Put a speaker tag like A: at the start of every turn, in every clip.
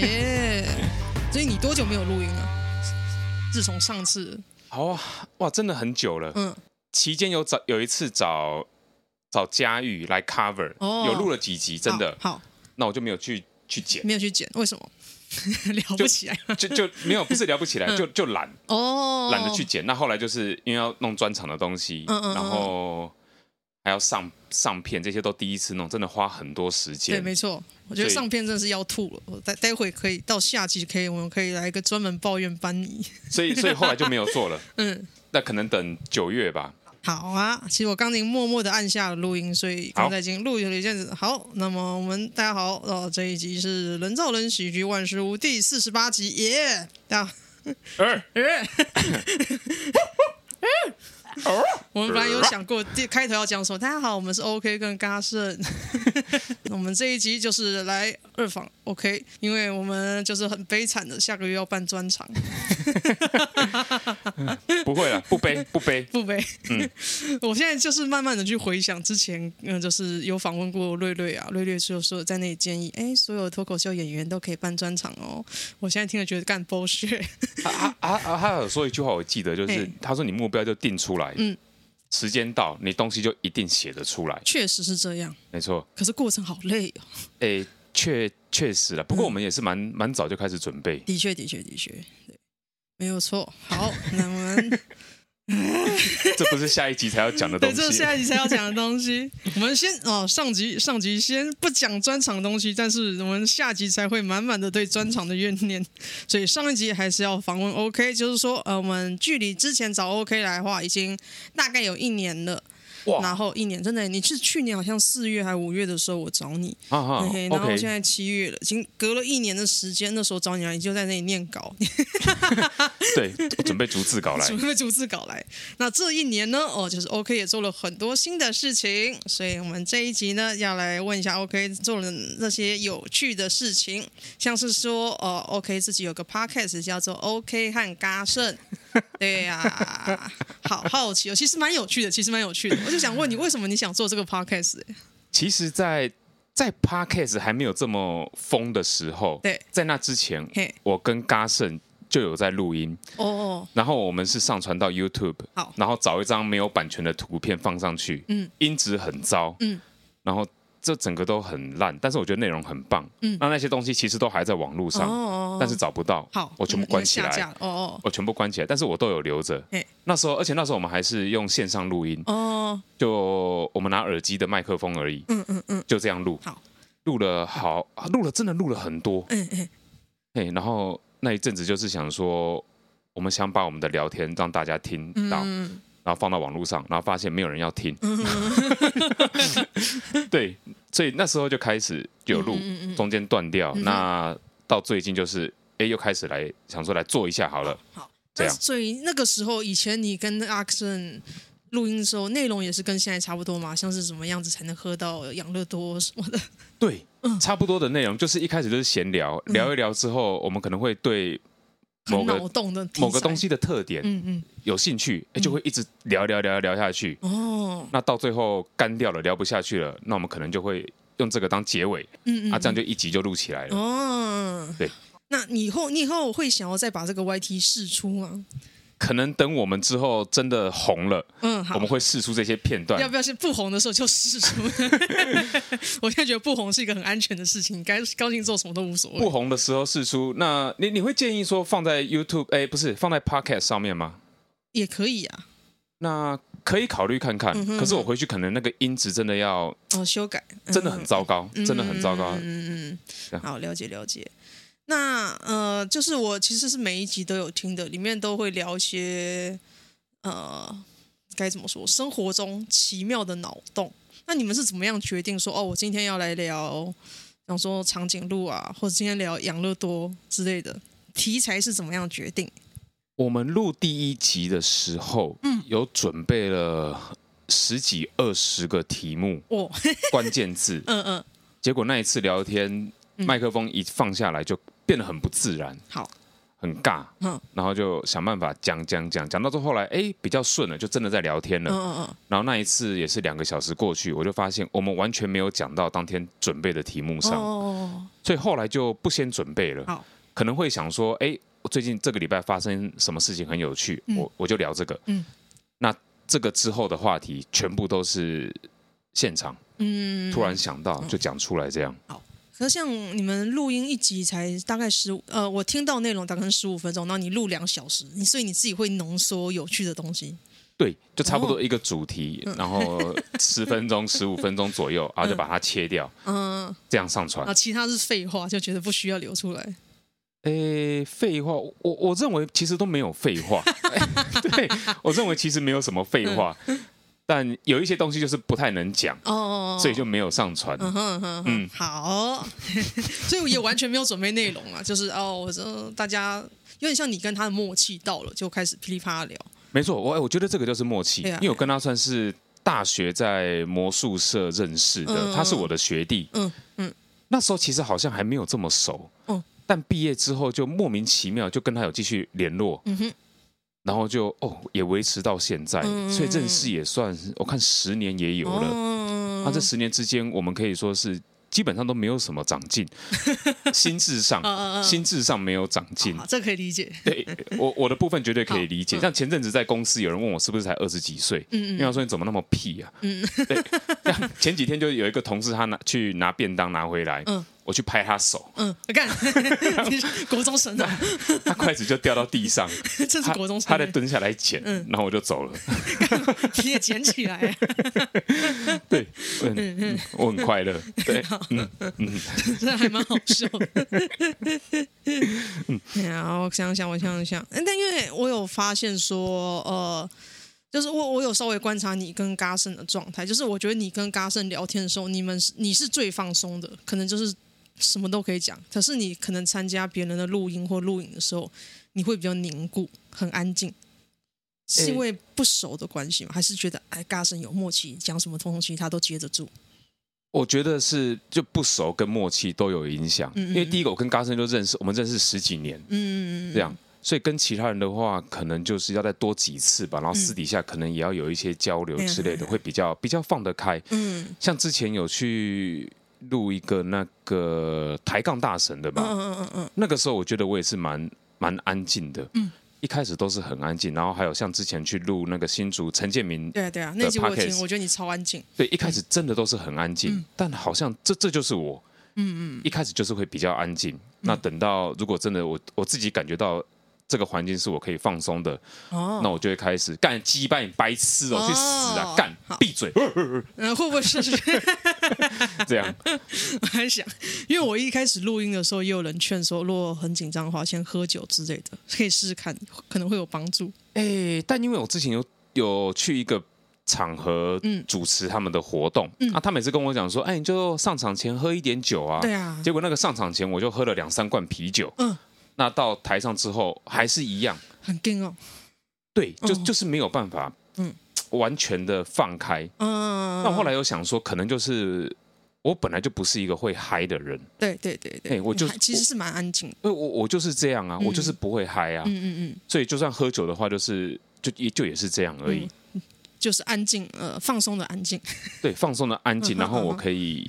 A: 耶！ 所以你多久没有录音了？自从上次，
B: 好啊哇，真的很久了。
A: 嗯，
B: 期间有找有一次找找佳玉来 cover，、
A: 哦
B: 有录了几集，真的。
A: 好，好
B: 那我就没有去去剪，
A: 没有去剪，为什么？ 聊不起来
B: 就就没有不是聊不起来，就就懒
A: 嗯哦，
B: 懒得去剪。那后来就是因为要弄专场的东西，
A: 嗯嗯嗯嗯
B: 然后还要上上片，这些都第一次弄，真的花很多时
A: 对，
B: 间。
A: 没错，我觉得
B: 所以
A: 上片真的是要吐了。我待待会可以到下集可以，我们可以来一个专门抱怨班尼。
B: 所以所以后来就没有做了。
A: 嗯，
B: 那可能等九月 吧。
A: 好啊，其实我刚已经默默的按下了录音，所以
B: 好
A: 刚才已经录了一阵子。好，那么我们大家好，哦，这一集是《人造人喜剧万事屋》第四十八集，耶！啊大家
B: 二
A: 我们本来有想过第开头要讲什么，大家好，我们是 OK 跟嘎胜，我们这一集就是来二访 OK，因为我们就是很悲惨的，下个月要办专场，
B: 不会了，不悲不悲。
A: 不悲。我现在就是慢慢的去回想之前，嗯、就是有访问过瑞瑞啊，瑞瑞就说在那里建议，哎，所有脱口秀演员都可以办专场哦。我现在听了觉得干 bullshit，
B: 啊啊啊！他有说一句话，我记得就是
A: 嘿
B: 他说你目标就定出来，
A: 嗯
B: 时间到，你东西就一定写得出来。
A: 确实是这样，
B: 没错，
A: 可是过程好累哦。
B: 诶，确确实了。
A: 嗯
B: 不过我们也是蛮蛮早就开始准备，
A: 的确，的确，的确，对，没有错。好，那我 们。
B: 这不是下一集才要讲的 东
A: 对，这是
B: 西。
A: 下一集才要讲的东西。我们先哦，上集上集先不讲专场的东西，但是我们下集才会满满的对专场的怨念。所以上一集还是要访问 OK，就是说呃，我们距离之前找 OK 来的话，已经大概有一年了。
B: 哇
A: 然后一年真的，你是去年好像四月还五月的时候我找你，
B: 啊哈
A: 嘿嘿然后现
B: ，OK，
A: 在七月了，已经隔了一年的时间。那时候找你来，你就在那里念稿，
B: 对，我准备逐字 稿来
A: 准。备逐字稿来。那这一年呢，哦，就是 OK 也做了很多新的事情，所以我们这一集呢，要来问一下 OK 做了那些有趣的事情，像是说，哦，OK 自己有个 podcast 叫做 OK 和嘎胜，对呀、好好奇哦，其实蛮有趣的，其实蛮有趣的。我就想问你，为什么你想做这个 podcast？欸
B: 其实，在在 Podcast 还没有这么疯的时候，
A: 对，
B: 在那之前
A: 嘿，
B: 我跟嘎胜就有在录音，
A: 哦哦，
B: 然后我们是上传到 YouTube，
A: 好
B: 然后找一张没有版权的图片放上去，
A: 嗯，
B: 音质很糟，
A: 嗯，
B: 然后这整个都很烂，但是我觉得内容很棒，嗯，那那些东西其实都还在网络上，
A: 哦
B: 但是找不到，
A: 好，
B: 我全部
A: 你们
B: 关起
A: 你们下架
B: 来，
A: 了，哦
B: 我全部关起来，但是我都有留着
A: 嘿。
B: 那时候，而且那时候我们还是用线上录音，
A: 哦哦，
B: 就我们拿耳机的麦克风而已，
A: 嗯嗯嗯，
B: 就这样录，
A: 好，
B: 录了好，啊录了真的录了很多，
A: 嗯嗯，
B: 嘿，然后那一阵子就是想说，我们想把我们的聊天让大家听
A: 嗯
B: 到，然后放到网络上，然后发现没有人要听，
A: 嗯
B: 对，所以那时候就开始有录，中间断掉，
A: 嗯
B: 那到最近就是，哎，又开始来想说来做一下好了，
A: 好，
B: 这
A: 那
B: 样
A: 所以那个时候，以前你跟阿克森录音的时候，内容也是跟现在差不多嘛，像是什么样子才能喝到养乐多什么的。
B: 对，
A: 嗯
B: 差不多的内容就是一开始就是闲聊，聊一聊之后，我们可能会对某
A: 很
B: 个
A: 脑洞的题材
B: 某个东，西的特点
A: 嗯嗯，
B: 有兴趣，诶就会一直聊聊聊聊下去，
A: 哦，
B: 那到最后干掉了，聊不下去了，那我们可能就会用这个当结尾，
A: 嗯嗯，
B: 啊，这样就一集就录起来了。
A: 哦，
B: 对。
A: 那你以后你以后会想要再把这个 YT 试出吗？
B: 可能等我们之后真的红了，
A: 嗯，
B: 我
A: 好
B: 们。会试出这些片
A: 要
B: 段。
A: 不要先不红的时候就试 出？我现在觉得不红是一个很安全的事情，该高兴做什么都无所谓
B: 不。红的时候试出，那你你会建议说放在 YouTube，哎，不是放在 Podcast 上面吗？
A: 也可以啊，
B: 那可以考虑看看。
A: 嗯哼
B: 可是我回去可能那个音质真的要
A: 哦，修改
B: 真的很
A: 嗯
B: 糟糕，真的很糟糕。
A: 嗯嗯
B: 这
A: 嗯，
B: 样
A: 好，了解了解。那呃，就是我其实是每一集都有听的，里面都会聊一些呃，该怎么说，生活中奇妙的脑洞。那你们是怎么样决定说，哦，我今天要来聊，想说长颈鹿啊，或者今天聊养乐多之类的题材是怎么样决定？
B: 我们录第一集的时候，
A: 嗯
B: 有准备了十几二十个题目、
A: 哦，
B: 关键字，
A: 嗯嗯，
B: 结果那一次聊天，麦克风一放下来就变得很不自然，
A: 好，
B: 很尬，
A: 嗯
B: 然后就想办法讲讲讲，讲到最后来，哎，比较顺了，就真的在聊天了。
A: 嗯嗯嗯，
B: 然后那一次也是两个小时过去，我就发现我们完全没有讲到当天准备的题目
A: 哦
B: 上，
A: 哦
B: 所以后来就不先准备了。
A: 好
B: 可能会想说，哎，我最近这个礼拜发生什么事情很有趣，
A: 嗯
B: 我我就聊这个。
A: 嗯，
B: 那这个之后的话题全部都是现场
A: 嗯，
B: 突然想到就讲出来这样。
A: 可是像你们录音一集才大概十五，呃，我听到内容大概十五分钟，然后你录两小时，你所以你自己会浓缩有趣的东西。
B: 对，就差不多一个主题，
A: 哦嗯
B: 然后十 分钟、十五分钟左右，然后就把它切掉，
A: 嗯，
B: 这样上传
A: 啊，。其他是废话，就觉得不需要留出来。
B: 诶，废话，我我认为其实都没有废 话，对我认为其实没有什么废话，
A: 嗯
B: 但有一些东西就是不太能讲，
A: 哦，
B: 所以就没有上传。
A: 嗯哼哼哼，好， 所以我也完全没有准备内容啊，就是哦，我这大家有点像你跟他的默契到了，就开始噼里啪啦聊。
B: 没错，我我觉得这个就是默契，
A: 对啊
B: 因为我跟他算是大学在魔术社认识的，
A: 嗯
B: 他是我的学弟。
A: 嗯嗯，
B: 那时候其实好像还没有这么熟。
A: 嗯
B: 但毕业之后就莫名其妙就跟他有继续联络，
A: 嗯哼，
B: 然后就哦也维持到现在，
A: 嗯
B: 所以认识也算是我看十年也有了。啊
A: 哦
B: 那这十年之间，我们可以说是基本上都没有什么长 进，心智上
A: 嗯嗯嗯
B: 心智上没有长进
A: 好，。这可以理解。
B: 对呃我我的部分绝对可以理解。
A: 好嗯
B: 像前阵子在公司有人问我是不是才二十几岁，因
A: 嗯
B: 为他
A: 嗯
B: 说你怎么那么屁啊？ 对，像前几天就有一个同事他拿去拿便当拿回来，
A: 嗯
B: 我去拍他手，
A: 嗯，我 干， 你是国中生啊，
B: 他筷子就掉到地上，
A: 这是
B: 他
A: 国中生
B: 他
A: 欸，嗯
B: 在蹲下来捡，然后我就走了。
A: 你也捡起来啊，
B: 对，我很嗯我很 快乐。对，
A: 这还蛮好笑的。 然后想想，我想想，嗯但因为我有发现说，呃，就是我我有稍微观察你跟嘎森的状态，就是我觉得你跟嘎森聊天的时候，你们是你是最放松的，可能就是什么都可以讲。可是你可能参加别人的录音或录影的时候，你会比较凝固，很安静。是因为不熟的关系吗？还是觉得哎，嘎森有默契，讲什么东西他都接得住？
B: 我觉得是就不熟跟默契都有影响，
A: 嗯嗯
B: 因为第一个我跟嘎森就认识，我们认识十几年
A: 嗯，
B: 这样。所以跟其他人的话，可能就是要再多几次吧，然
A: 嗯
B: 后私底下可能也要有一些交流
A: 啊
B: 之类的，会比较比较放得开。
A: 嗯
B: 像之前有去录一个那个抬杠大神的
A: 嗯
B: 吧，
A: 嗯嗯嗯
B: 那个时候我觉得我也是蛮蛮安静的，
A: 嗯，
B: 一开始都是很安静，然后还有像之前去录那个新竹陈建明，
A: 对啊，对啊，那集我有听
B: podcast，
A: 我觉得你超安静。
B: 对，一开始真的都是很安静，
A: 嗯
B: 但好像这这就是我，嗯嗯，一开始就是会比较安静，
A: 嗯
B: 那等到如果真的我我自己感觉到。这个环境是我可以放松的，
A: 哦
B: 那我就会开始干鸡巴你白痴哦，去死啊
A: 哦！
B: 干
A: 好
B: 闭嘴，
A: 嗯、会不会是？
B: 这样
A: 我还想， 因为我一开始录音的时候，也有人劝说，如果很紧张的话，先喝酒之类的，可以试试看，可能会有帮助。
B: 哎、但因为我之前有有去一个场合
A: 嗯
B: 主持他们的活动，啊，他每次跟我讲说，哎、你就上场前喝一点酒啊。
A: 对啊
B: 结果那个上场前我就喝了两三罐啤酒，
A: 嗯，
B: 那到台上之后还是一样，
A: 很劲哦，
B: 对，就、
A: 哦
B: 就是没有办法，
A: 嗯，
B: 完全的放开。
A: 嗯，
B: 那我后来有想说，可能就是我本来就不是一个会嗨的人，
A: 对对对对，
B: 哎我就
A: 你还其实是蛮安静的，
B: 因为我我就是这样啊，我就是不会嗨啊，
A: 嗯嗯嗯，
B: 所以就算喝酒的话，就是就也就也是这样而已。
A: 就是安静，呃，放松的安静，
B: 对，放松的安静，
A: 嗯
B: 然后我可以，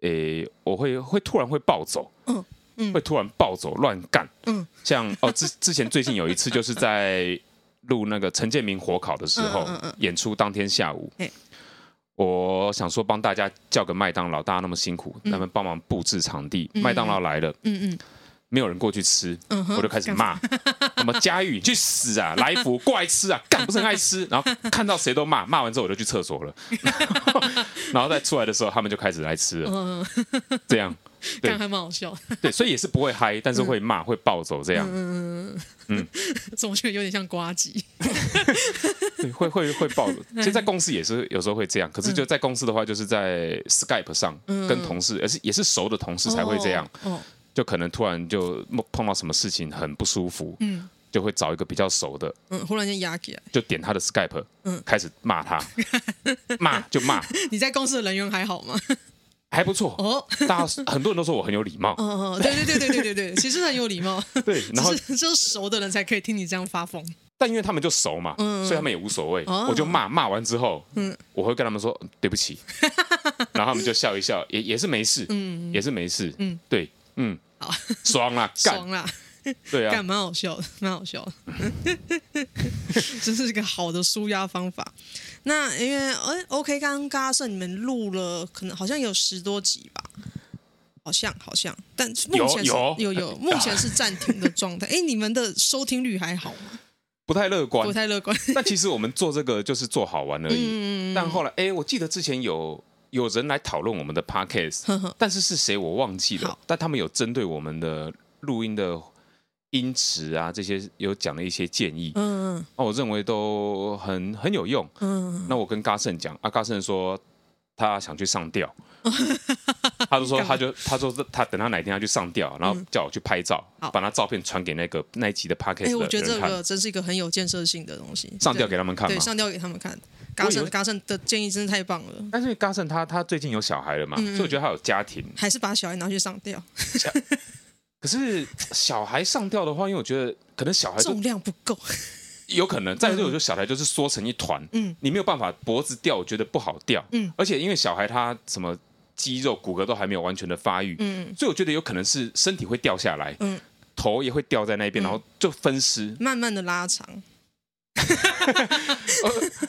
B: 诶、我会会突然会暴走，
A: 嗯嗯
B: 会突然暴走乱干，
A: 嗯，
B: 像哦之之前最近有一次就是在录那个陈建明火烤的时候，
A: 嗯嗯嗯
B: 演出当天下午
A: 嘿，
B: 我想说帮大家叫个麦当劳，大家那么辛苦，他们帮忙布置场地，麦当劳来了，
A: 嗯嗯
B: 没有人过去吃，
A: 嗯哼，
B: 我就开始骂，什么佳玉你去死啊，来福过来吃啊，干不是很爱吃，然后看到谁都骂，骂完之后我就去厕所了， 然后再出来的时候他们就开始来吃了，
A: 嗯，
B: 这样对
A: 刚还蛮好笑，
B: 对，所以也是不会嗨，但是会骂会暴走这样，
A: 总觉得有点像瓜吉，
B: 对，会会会暴 走。其实，在公司也是有时候会这样，可是
A: 嗯
B: 就在公司的话，就是在 Skype 上跟同事，而是也是熟的同事才会这样，
A: 哦，哦，
B: 就可能突然就碰到什么事情很不舒服，
A: 嗯
B: 就会找一个比较熟的，
A: 嗯，忽然间压起来，
B: 就点他的 Skype，
A: 嗯
B: 开始骂他，骂就骂，
A: 你在公司的人缘还好吗？
B: 还不错，
A: 哦，
B: 大家很多人都说我很有礼貌，
A: 嗯， 对对对对对对对，其实很有礼 貌，
B: 对，然后
A: 只是 就是熟的人才可以听你这样发疯。
B: 但因为他们就熟嘛，
A: 嗯
B: 所以他们也无所谓，
A: 哦
B: 我就骂骂完之后，
A: 嗯
B: 我会跟他们说嗯对 不起，然后他们就笑一笑，也也是没事，
A: 嗯，
B: 也是没事，
A: 嗯
B: 对，嗯，
A: 好，
B: 爽啦，干
A: 爽，啦，
B: 对啊
A: 干，蛮好笑的，蛮好笑的， 真是个好的舒压方法。那因为哎，OK，刚刚嘎胜你们录了，可能好像有十多集吧。好像好像，但目前是
B: 有
A: 有 有目前是暂停的状态。哎、你们的收听率还好吗？
B: 不太乐观
A: 不，太乐观。
B: 但其实我们做这个就是做好玩而已。
A: 嗯，
B: 但后来，哎，我记得之前有有人来讨论我们的 podcast，
A: 呵呵
B: 但是是谁我忘记了
A: 好。
B: 但他们有针对我们的录音的音质啊这些有讲了一些建议，
A: 嗯
B: 那、我认为都很很有用。
A: 嗯，
B: 那我跟嘎胜讲，啊，嘎胜说他想去 上吊，他就说
A: 干嘛嗯
B: 他就他说他等他哪天他去上吊，然后叫我去拍照，
A: 好
B: 把他照片传给那个那一集的 podcast
A: 哎、
B: 的
A: 我觉得这
B: 人看，
A: 个真是一个很有建设性的东西。
B: 上吊
A: 对
B: 给他们看
A: 对，
B: 嘛。
A: 上吊给他们看。嘎
B: 我以
A: 胜
B: 为
A: 嘎胜的建议真的太棒了，
B: 但是嘎胜他他最近有小孩了嘛，
A: 嗯
B: 所以我觉得他有家庭。
A: 还是把小孩拿去上吊，
B: 可是小孩上吊的话，因为我觉得可能小孩就
A: 重量不够。
B: 有可能，再来就是我觉得小孩就是缩成一团，
A: 嗯
B: 你没有办法脖子吊，我觉得不好吊，
A: 嗯
B: 而且因为小孩他什么肌肉骨骼都还没有完全的发育，
A: 嗯，
B: 所以我觉得有可能是身体会掉下来，
A: 嗯
B: 头也会掉在那边，
A: 嗯
B: 然后就分尸，
A: 慢慢的拉长。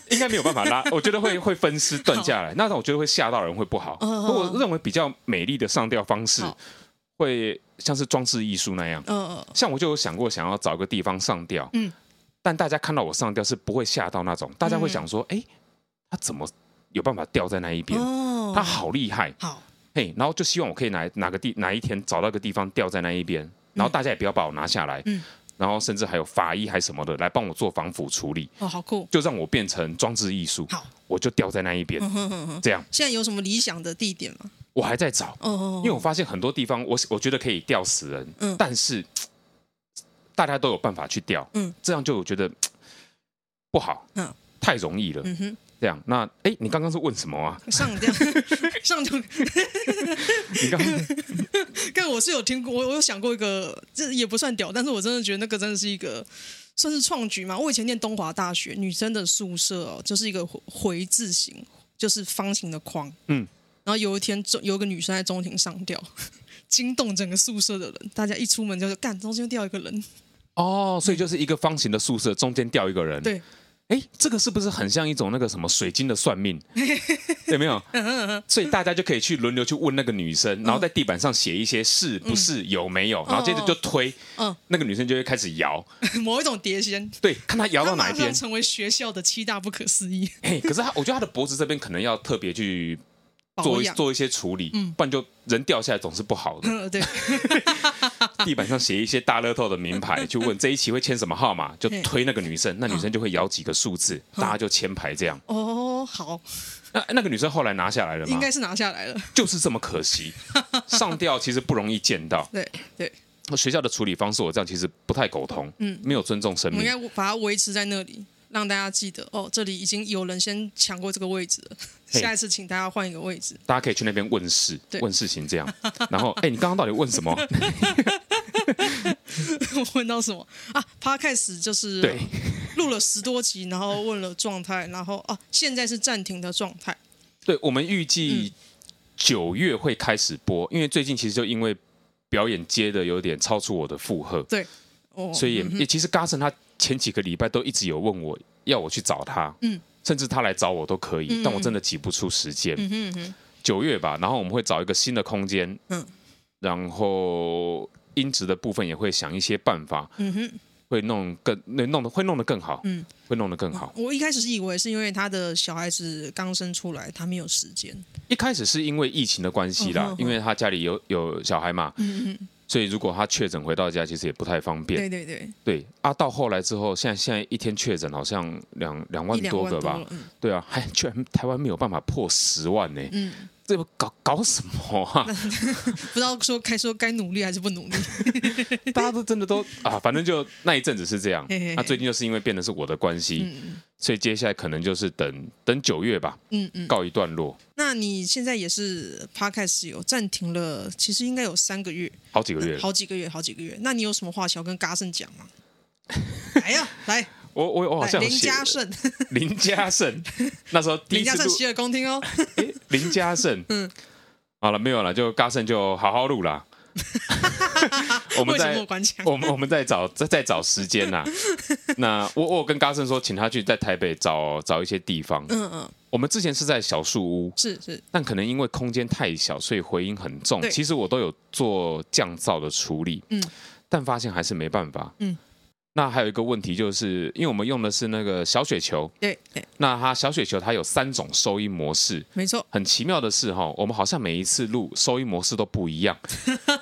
B: 应该没有办法拉，我觉得会会分尸断下来，那种我觉得会吓到人会不好。
A: 哦哦
B: 不过我认为比较美丽的上吊方式
A: 好
B: 会像是装置艺术那样，
A: 呃，
B: 像我就有想过想要找一个地方上吊，
A: 嗯
B: 但大家看到我上吊是不会吓到那种，大家会想说，哎、他怎么有办法吊在那一边？
A: 嗯哦，
B: 他好厉害，
A: 好，
B: 嘿，然后就希望我可以哪哪个地哪一天找到一个地方吊在那一边，然后大家也不要把我拿下来，
A: 嗯
B: 然后甚至还有法医还什么的来帮我做防腐处理，
A: 哦，好酷，
B: 就让我变成装置艺术，
A: 好。
B: 我就吊在那一边，
A: 嗯哼哼哼
B: 这样
A: 现在有什么理想的地点吗？
B: 我还在找，
A: 哦哦，
B: 因为我发现很多地方我我觉得可以吊死人，
A: 嗯
B: 但是大家都有办法去吊，
A: 嗯
B: 这样就我觉得不好，
A: 嗯
B: 太容易了，
A: 嗯哼，
B: 这样。那哎，诶你刚刚是问什么啊？
A: 上吊， 上吊。
B: 你刚刚
A: 但我是有听过，我我有想过一个，这也不算屌，但是我真的觉得那个真的是一个算是创举嘛。我以前念东华大学，女生的宿舍哦，就是一个回回字形，就是方形的框，
B: 嗯。
A: 然后有一天，中有一个女生在中庭上吊，惊动整个宿舍的人。大家一出门就说：“干，中间掉一个人。
B: 哦，所以就是一个方形的宿舍，中间吊一个人。”，
A: 对，
B: 哎，这个是不是很像一种那个什么水晶的算 命？
A: 嗯
B: 有没有？所以大家就可以去轮流去问那个女生，
A: 嗯
B: 然后在地板上写一些是不是有没有，然后接着就推，
A: 嗯
B: 那个女生就会开始摇，
A: 某一种碟仙，
B: 对，看她摇
A: 她
B: 到哪
A: 马
B: 一
A: 上
B: 边。
A: 成为学校的七大不可思议
B: 哎，可是她，我觉得她的脖子这边可能要特别去
A: 保
B: 做一
A: 养。
B: 做一些处理，不然就人掉下来总是不好的。
A: 嗯， 对，
B: 地板上写一些大乐透的名牌，去问这一期会签什么号码，就推那个女生，那女生
A: 嗯
B: 就会摇几个数字，大家就签牌这样。
A: 哦，好，
B: 那那个女生后来拿下来了
A: 应
B: 吗？
A: 该是拿下来了。
B: 就是这么 可惜，上吊其实不容易见到。
A: 对对，
B: 嗯学校的处理方式，我这样其实不太苟同，嗯，没有尊重生
A: 我们
B: 命。
A: 应该把它维持在那里，让大家记得哦，这里已经有人先抢过这个位置了，
B: 嘿
A: 下一次请大家换一个位置。
B: 大家可以去那边问事
A: 对，
B: 问事情 这样。然后，哎，你刚刚到底问什么？
A: 我问到什么啊？Podcast 就是
B: 对，
A: 录了十多集，然后问了状态，然后啊，现在是暂停的状态。
B: 对我们预
A: 嗯
B: 计九月会开始播，因为最近其实就因为表演接的有点超出我的负荷，
A: 对，哦，
B: 所以也,、也其实 g a s o n 他前几个礼拜都一直有问我要我去找他，
A: 嗯
B: 甚至他来找我都可以，但我真的挤不出时间。九、月吧，然后我们会找一个新的空间，
A: 嗯
B: 然后音质的部分也会想一些办法，
A: 嗯哼，
B: 会弄更那弄得会弄得更好，
A: 嗯
B: 会弄得更好。
A: 我一开始是以为是因为他的小孩子刚生出来，他没有时间。
B: 一开始是因为疫情的关系啦，
A: 嗯哼
B: 因为他家里有有小孩嘛，
A: 嗯嗯，
B: 所以如果他确诊回到家，其实也不太方便。
A: 对对对，
B: 对啊，到后来之后，现在现在一天确诊好像两两万
A: 一两
B: 多
A: 万
B: 个吧，
A: 了，嗯
B: 对啊，还居然台湾没有办法破十万呢、
A: 嗯，
B: 这搞搞什么 啊？
A: 不知道说该说该努力还是不努力。
B: 大家都真的都啊，反正就那一阵子是这样
A: 嘿嘿嘿。
B: 那最近就是因为变得是我的关系，
A: 嗯
B: 所以接下来可能就是等等九月吧，
A: 嗯嗯。
B: 告一段落，
A: 那你现在也是 podcast 有暂停了，其实应该有三个月，
B: 好几个月了。
A: 好几个月，好几个月。那你有什么话想要跟嘎胜讲 吗？来呀，来，
B: 我我我好
A: 来
B: 像有
A: 哎林
B: 写
A: 嘉胜，
B: 林家盛， 那时候第
A: 林
B: 一
A: 嘉
B: 次
A: 胜
B: 录
A: 洗耳恭听哦。
B: 诶林家盛，
A: 嗯
B: 嗯，好了没有了，就嘎盛就好好 录啦。 我们
A: 为什么
B: 在哦
A: 我关枪？
B: 我们我们在找在在找时间 呐、那我我有跟嘎盛说，请他去在台北找找一些地方。
A: 嗯嗯，
B: 我们之前是在小树屋，
A: 是是，
B: 但可能因为空间太小，所以回音很重
A: 对。
B: 其实我都有做降噪的处理，
A: 嗯
B: 但发现还是没办法，
A: 嗯
B: 那还有一个问题就是，因为我们用的是那个小雪球，
A: 对对，
B: 那它小雪球它有三种收音模式。
A: 没错。
B: 很奇妙的是哈，我们好像每一次录收音模式都不一 样，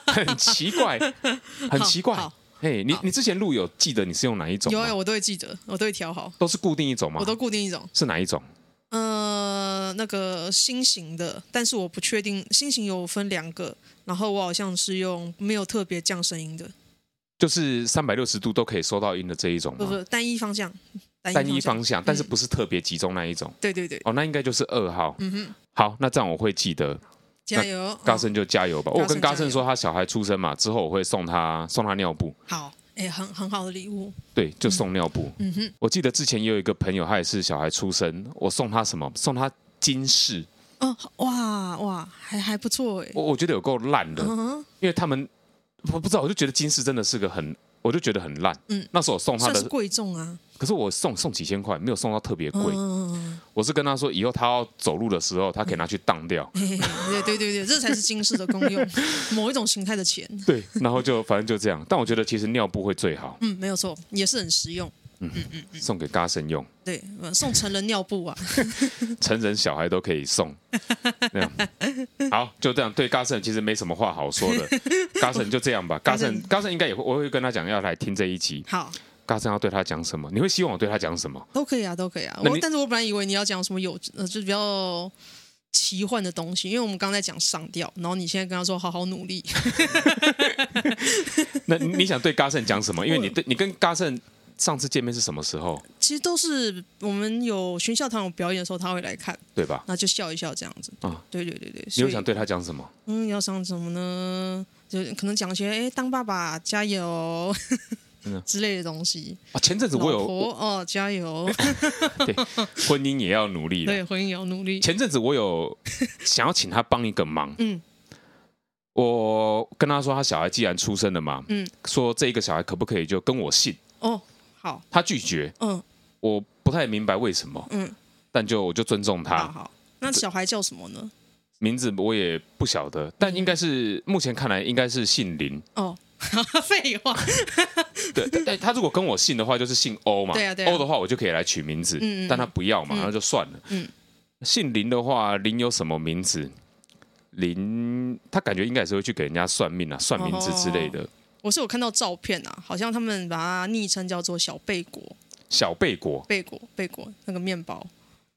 B: 很奇怪，很奇怪
A: 好好。
B: 嘿，你
A: 好
B: 你之前录有记得你是用哪一种
A: 有
B: 吗？
A: 有，我都会记得，我都会调好，
B: 都是固定一种吗
A: 我？都固定一种。
B: 是哪一种？
A: 呃，那个新型的，但是我不确定，新型有分两个，然后我好像是用没有特别降声音的，
B: 就是三百六十度都可以收到音的这一种
A: 不
B: 吗？
A: 不，单一方向，单
B: 单
A: 一
B: 一
A: 方嗯
B: 方向，但是不是特别集中那一种。
A: 对对对，
B: 哦，那应该就是二号。
A: 嗯哼，
B: 好，那这样我会记得。
A: 加油，哦
B: 嘎森就加油吧。
A: 嘎森
B: 我跟
A: 加油
B: 嘎森说，他小孩出生嘛，之后我会送他送他尿布。
A: 嗯好，哎，很很好的礼物，
B: 对，就送尿布。
A: 嗯哼，
B: 我记得之前也有一个朋友，他也是小孩出生，我送他什么？送他金饰。
A: 哦，哇哇，还还不错哎，
B: 我我觉得有够烂的，
A: 嗯哼，
B: 因为他们我不知道，我就觉得金饰真的是个很，我就觉得很烂。
A: 嗯
B: 那时候我送他
A: 算是
B: 的，
A: 贵重啊，
B: 可是我送送几千块，没有送到特别贵。
A: 嗯，
B: 我是跟他说，以后他要走路的时候，他可以拿去当掉。
A: 嘿嘿嗯对对对对，这才是金饰的功用， 某一种形态的钱，
B: 对，然后就反正就这样。但我觉得其实尿布会最好，
A: 嗯，没有错，也是很实用。嗯
B: 送给嘎森用。
A: 对，呃送成人尿布啊，
B: 成人小孩都可以送，那样好，就这样。对嘎森其实没什么话好说 的，嘎森就这样吧。嘎森
A: 嘎
B: 嘎森应该也会，我会跟他讲要来听这一集。
A: 好，
B: 嘎森要对他讲什么？你会希望我对他讲什么？
A: 都可以啊，都可以啊。
B: 那
A: 我
B: 你
A: 但是我本来以为你要讲什么有呃，就是比较奇幻的东西，因为我们刚才讲上吊，然后你现在跟他说好好努力，
B: 那你你想对嘎森讲什么？因为你
A: 我
B: 对你跟嘎森上次见面是什么时候？
A: 其实都是我们有学校堂有表演的时候他会来看，
B: 对吧？
A: 那就笑一笑这样子。
B: 啊
A: 对对对对，
B: 你
A: 所
B: 又
A: 以
B: 想对他讲什么？
A: 嗯，要想什么呢？就可能讲一些哎，当爸爸加油
B: 真的
A: 之类的东西。
B: 啊，前阵子
A: 老
B: 我啊有
A: 婆哦，加油，
B: 婚姻也要努力了。
A: 对，婚姻也要努力。
B: 前阵子 我有想要请他帮一个忙，
A: 嗯
B: 我跟他说他小孩既然出生了嘛，
A: 嗯
B: 说这一个小孩可不可以就跟我姓？
A: 哦，好，
B: 他拒绝，
A: 嗯
B: 我不太明白为什么，
A: 嗯，
B: 但就我就尊
A: 好
B: 重他，
A: 好。那小孩叫什么呢？
B: 名字我也不晓得，
A: 嗯
B: 但应该是目前看来应该是姓林，
A: 哦， 废话，
B: 对，但但他如果跟我姓的话，就是姓欧嘛，
A: 对啊对啊
B: 欧的话我就可以来取名字
A: 嗯嗯嗯，
B: 但他不要嘛，那就算了
A: 嗯。
B: 姓林的话，林有什么名字？林，他感觉应该也是会去给人家算命啊，算名字之类
A: 哦
B: 的。
A: 我是有看到照片啊，好像他们把它昵称叫做小贝果，
B: 小贝果
A: 贝果，贝果那个面包。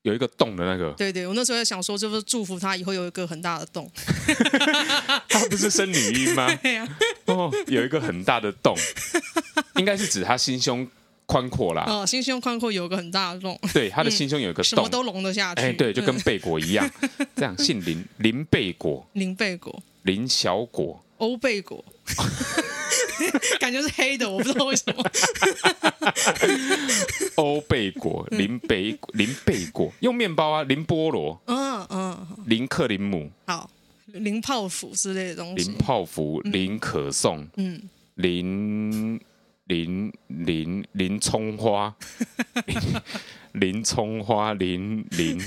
B: 有一个洞的那 个，
A: 对对，我那时候在想说，就是祝福他以后有一个很大的洞。
B: 他不是生女婴吗？
A: 对啊呀、
B: 哦，有一个很大的洞，应该是指他心胸宽阔啦。
A: 啊，哦，心胸宽阔有个很大的洞，
B: 对，他的心胸有一个
A: 什
B: 洞
A: 么，都容得下去。
B: 哎，对，就跟
A: 嗯
B: 贝果一样，这样姓林，林贝果，
A: 林贝果、
B: 林小果，
A: 欧贝果， 感觉是黑的，我不知道为什么。
B: 欧贝果，
A: 嗯
B: 林贝林贝果，用面包啊，林菠萝，
A: 嗯嗯，
B: 林克林姆，
A: 好，零泡芙之类的东
B: 林
A: 西。
B: 泡芙，林可颂，
A: 嗯，
B: 林林林林葱 花，林林葱花，林林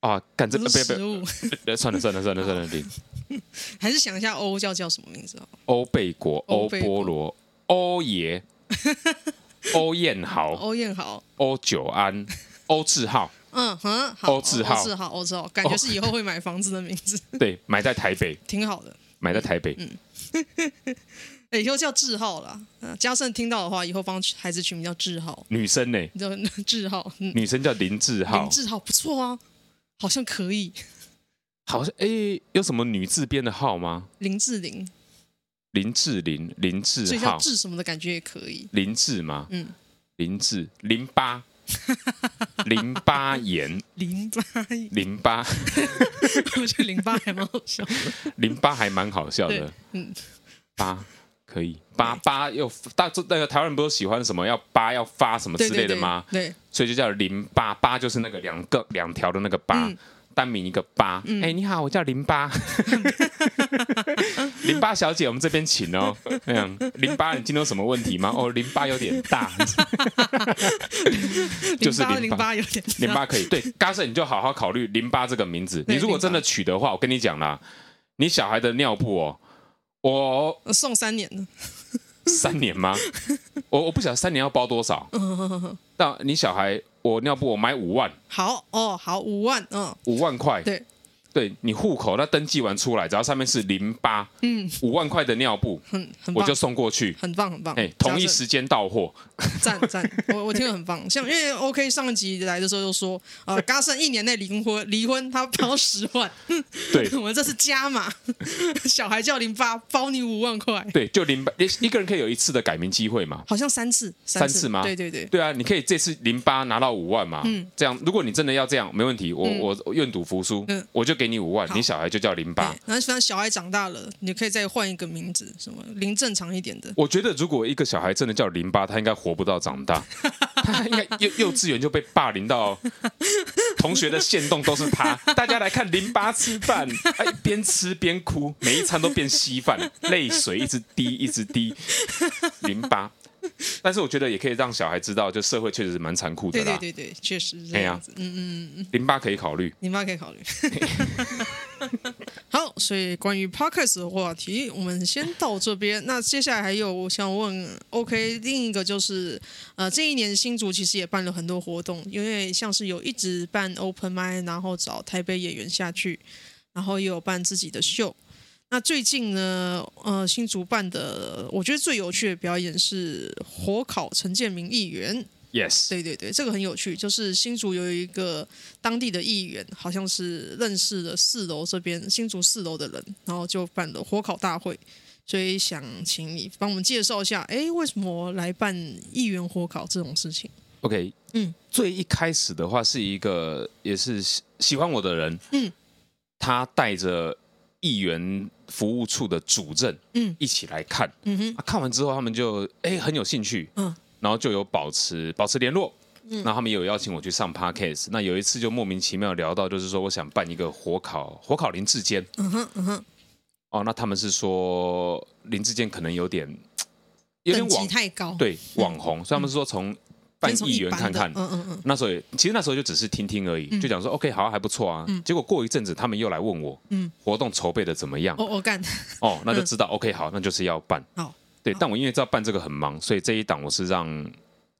B: 啊，干这
A: 这
B: 不
A: 是
B: 不
A: 食物，
B: 不，算了算了算了算了，林
A: 还是想一下欧叫叫什么名字哦？
B: 欧贝果，
A: 欧
B: 欧
A: 贝果
B: 菠萝，欧爷，欧燕豪，
A: 欧燕豪，
B: 欧九安、欧志浩，
A: 嗯哼，好，
B: 欧志浩哦
A: 欧志浩，欧志浩，感觉是以后会买房子的名字，
B: 对，买在台北，
A: 挺好的。
B: 买在台北，
A: 嗯哎以后叫志浩啦，嗯，嘉盛听到的话，以后帮孩子取名叫志浩，
B: 女生呢、
A: 你知道志浩，嗯，
B: 女生叫林志浩
A: 林，志浩不错啊，好像可以。
B: 好像哎、有什么女字边的号吗？
A: 林志玲，
B: 林志玲、林志
A: 所以叫
B: 浩、
A: 志什么的感觉也可 以。
B: 林志吗？
A: 嗯，
B: 林志淋 巴，淋巴炎，
A: 淋巴，
B: 淋巴，
A: 我觉得淋巴还蛮好笑。
B: 淋巴还蛮好笑
A: 对
B: 的，，
A: 嗯，
B: 八可以，八八又大那个台湾人不是喜欢什么要八要发什么 之
A: 对
B: 类
A: 对
B: 的
A: 对
B: 吗？
A: 对，
B: 所以就叫淋巴，八就是那个两个两条的那个八。
A: 嗯
B: 单名一个八，哎、你好，我叫 淋巴，淋巴小姐，我们这边请哦。哎呀，淋巴，你今天有什么问题吗？哦，淋巴有点 大，就是
A: 淋巴淋
B: 淋巴
A: 巴有点
B: 淋巴可以。对，嘎森，你就好好考虑淋巴这个名字。
A: 对
B: 你如果真的
A: 淋
B: 取的话，我跟你讲啦，你小孩的尿布哦，我
A: 呃送三年了，
B: 三年 吗？我我不晓得三年要包多少。那你小孩，我尿布我买五万，
A: 好哦，好五万，嗯，
B: 五万块。
A: 对，
B: 对你户口那登记完出来，只要上面是淋巴，嗯，五万块的尿布，
A: 很很
B: 我
A: 棒
B: 就，送过去。
A: 很棒，很棒
B: 哎，，同一
A: 假设
B: 时间到货，
A: 赞赞，我我听得很棒。像因为 OK 上一集来的时候就说，呃，嘎森一年内离婚，离婚他包十万，
B: 对
A: 我们这是加码， 小孩叫零八，包你五万块，
B: 对，就淋巴，一一个人可以有一次的改名机会嘛。
A: 好像三次，
B: 三次
A: 次
B: 吗
A: 对对对，
B: 对啊，你可以这次淋巴拿到五万嘛，
A: 嗯
B: 这样如果你真的要这样，没问题，我、我愿赌服输，
A: 嗯
B: 我就给你五万，
A: 好
B: 你小孩就叫淋
A: 对。
B: 巴
A: 然后反正小孩长大了，你可以再换一个名字，什么零正常一点的，
B: 我觉得如果一个小孩真的叫淋巴，他应该活不到长大， 他应该幼幼稚园就被霸凌到，同学的线动都是他，大家来看淋巴吃饭，哎，边吃边哭，每一餐都变稀饭，泪水一直滴一直滴，淋巴。但是我觉得也可以让小孩知道，就社会确实是蛮残酷的
A: 对
B: 啦，
A: 对对对，确实是这
B: 哎呀
A: 样子，嗯嗯嗯嗯，
B: 淋巴可以考虑。
A: 你妈可以考虑。 好，所以关于 podcast 的话题，我们先到这边。那接下来还有我想问，OK，另一个就是，呃，这一年新竹其实也办了很多活动，因为像是有一直办 open m i d 然后找台北演员下去，然后也有办自己的秀。那最近呢，呃，新竹办的，我觉得最有趣的表演是火烤陈建明议员。
B: Yes，
A: 对对对，这个很有趣，就是新竹有一个当地的议员，好像是认识了四楼这边新竹四楼的人，然后就办了火烤大会，所以想请你帮我们介绍一下，哎，为什么来办议员火烤这种事情？
B: OK，
A: 嗯，
B: 最一开始的话是一个也是喜喜欢我的人，
A: 嗯，
B: 他带着议员服务处的主任，
A: 嗯，
B: 一起来看，
A: 嗯哼，
B: 啊看完之后他们就哎、很有兴趣，
A: 嗯，
B: 然后就有保持保持联络。嗯，那他们也有邀请我去上 podcast。那有一次就莫名其妙聊到，就是说我想办一个火烤火烤林志坚。
A: 嗯哼，嗯哼，
B: 哦，那他们是说林志坚可能有点有点
A: 等级
B: 网
A: 太高，，
B: 对网红，所以他们是说嗯从办议员看看，
A: 嗯嗯嗯，
B: 那时候也其实那时候就只是听听而已，就讲说 OK 好、啊、还不错啊。结果过一阵子他们又来问我，
A: 嗯
B: 活动筹备的怎么样？
A: 我我干，
B: 哦，那就知道、OK 好，那就是要办。
A: 好，
B: 对，但我因为知道办这个很忙，所以这一档我是让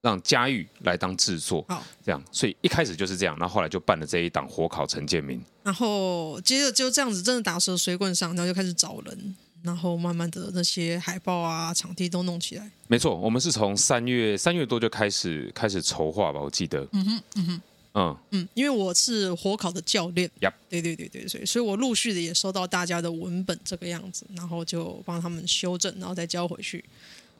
B: 让佳玉来当制作，
A: 好，
B: 这样，所以一开始就是这样，然后后来就办了这一档火烤陈建明。
A: 然后接着就这样子，真的打蛇随棍上，然后就开始找人，然后慢慢的那些海报啊、场地都弄起来，
B: 没错，我们是从三月三月多就开始开始筹划吧，我记得。嗯哼，嗯哼，嗯，
A: 嗯，因为我是火烤的教练
B: Yup
A: 对对对对，所以所以我陆续的也收到大家的文本这个样子，然后就帮他们修正，然后再交回去。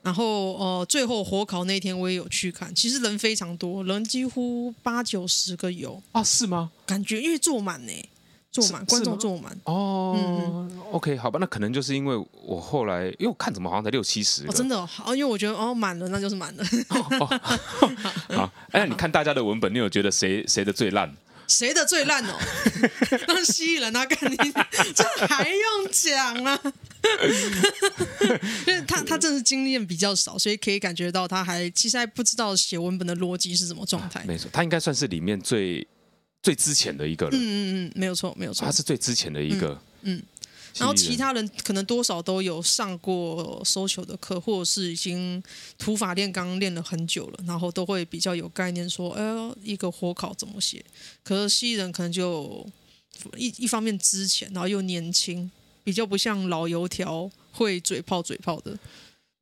A: 然后呃，最后火烤那天我也有去看，其实人非常多，人几乎八九十个有，
B: 啊，是吗？
A: 感觉因为坐满呢，坐满
B: 是
A: 观
B: 是
A: 众
B: 吗
A: 坐满，
B: 哦、o
A: 嗯
B: k 好吧，那可能就是因为我后来，因为我看怎么好像才六七十
A: 哦，
B: 个，
A: 真的哦好，因为我觉得哦满了那就是满了，
B: 好，哎，那你看大家的文本，你有觉得谁谁的最烂？
A: 谁的最烂哦？那蜥蜴人他跟你， 这还用讲啊？ 因为他他真的是经验比较少，所以可以感觉到他还其实还不知道写文本的逻辑是什么状态。
B: 啊没错，他应该算是里面最最之前的一个了，
A: 嗯嗯嗯，没有错，没有错
B: 他。是最之前的一个。
A: 嗯
B: 蜥蜴
A: 然
B: 人，
A: 后其他人可能多少都有上过 social 的课，或者是已经土法炼钢练了很久了，然后都会比较有概念说，哎呦，一个火烤怎么写？可是蜥蜴人可能就一一方面之前，然后又年轻，比较不像老油条会嘴炮嘴炮的。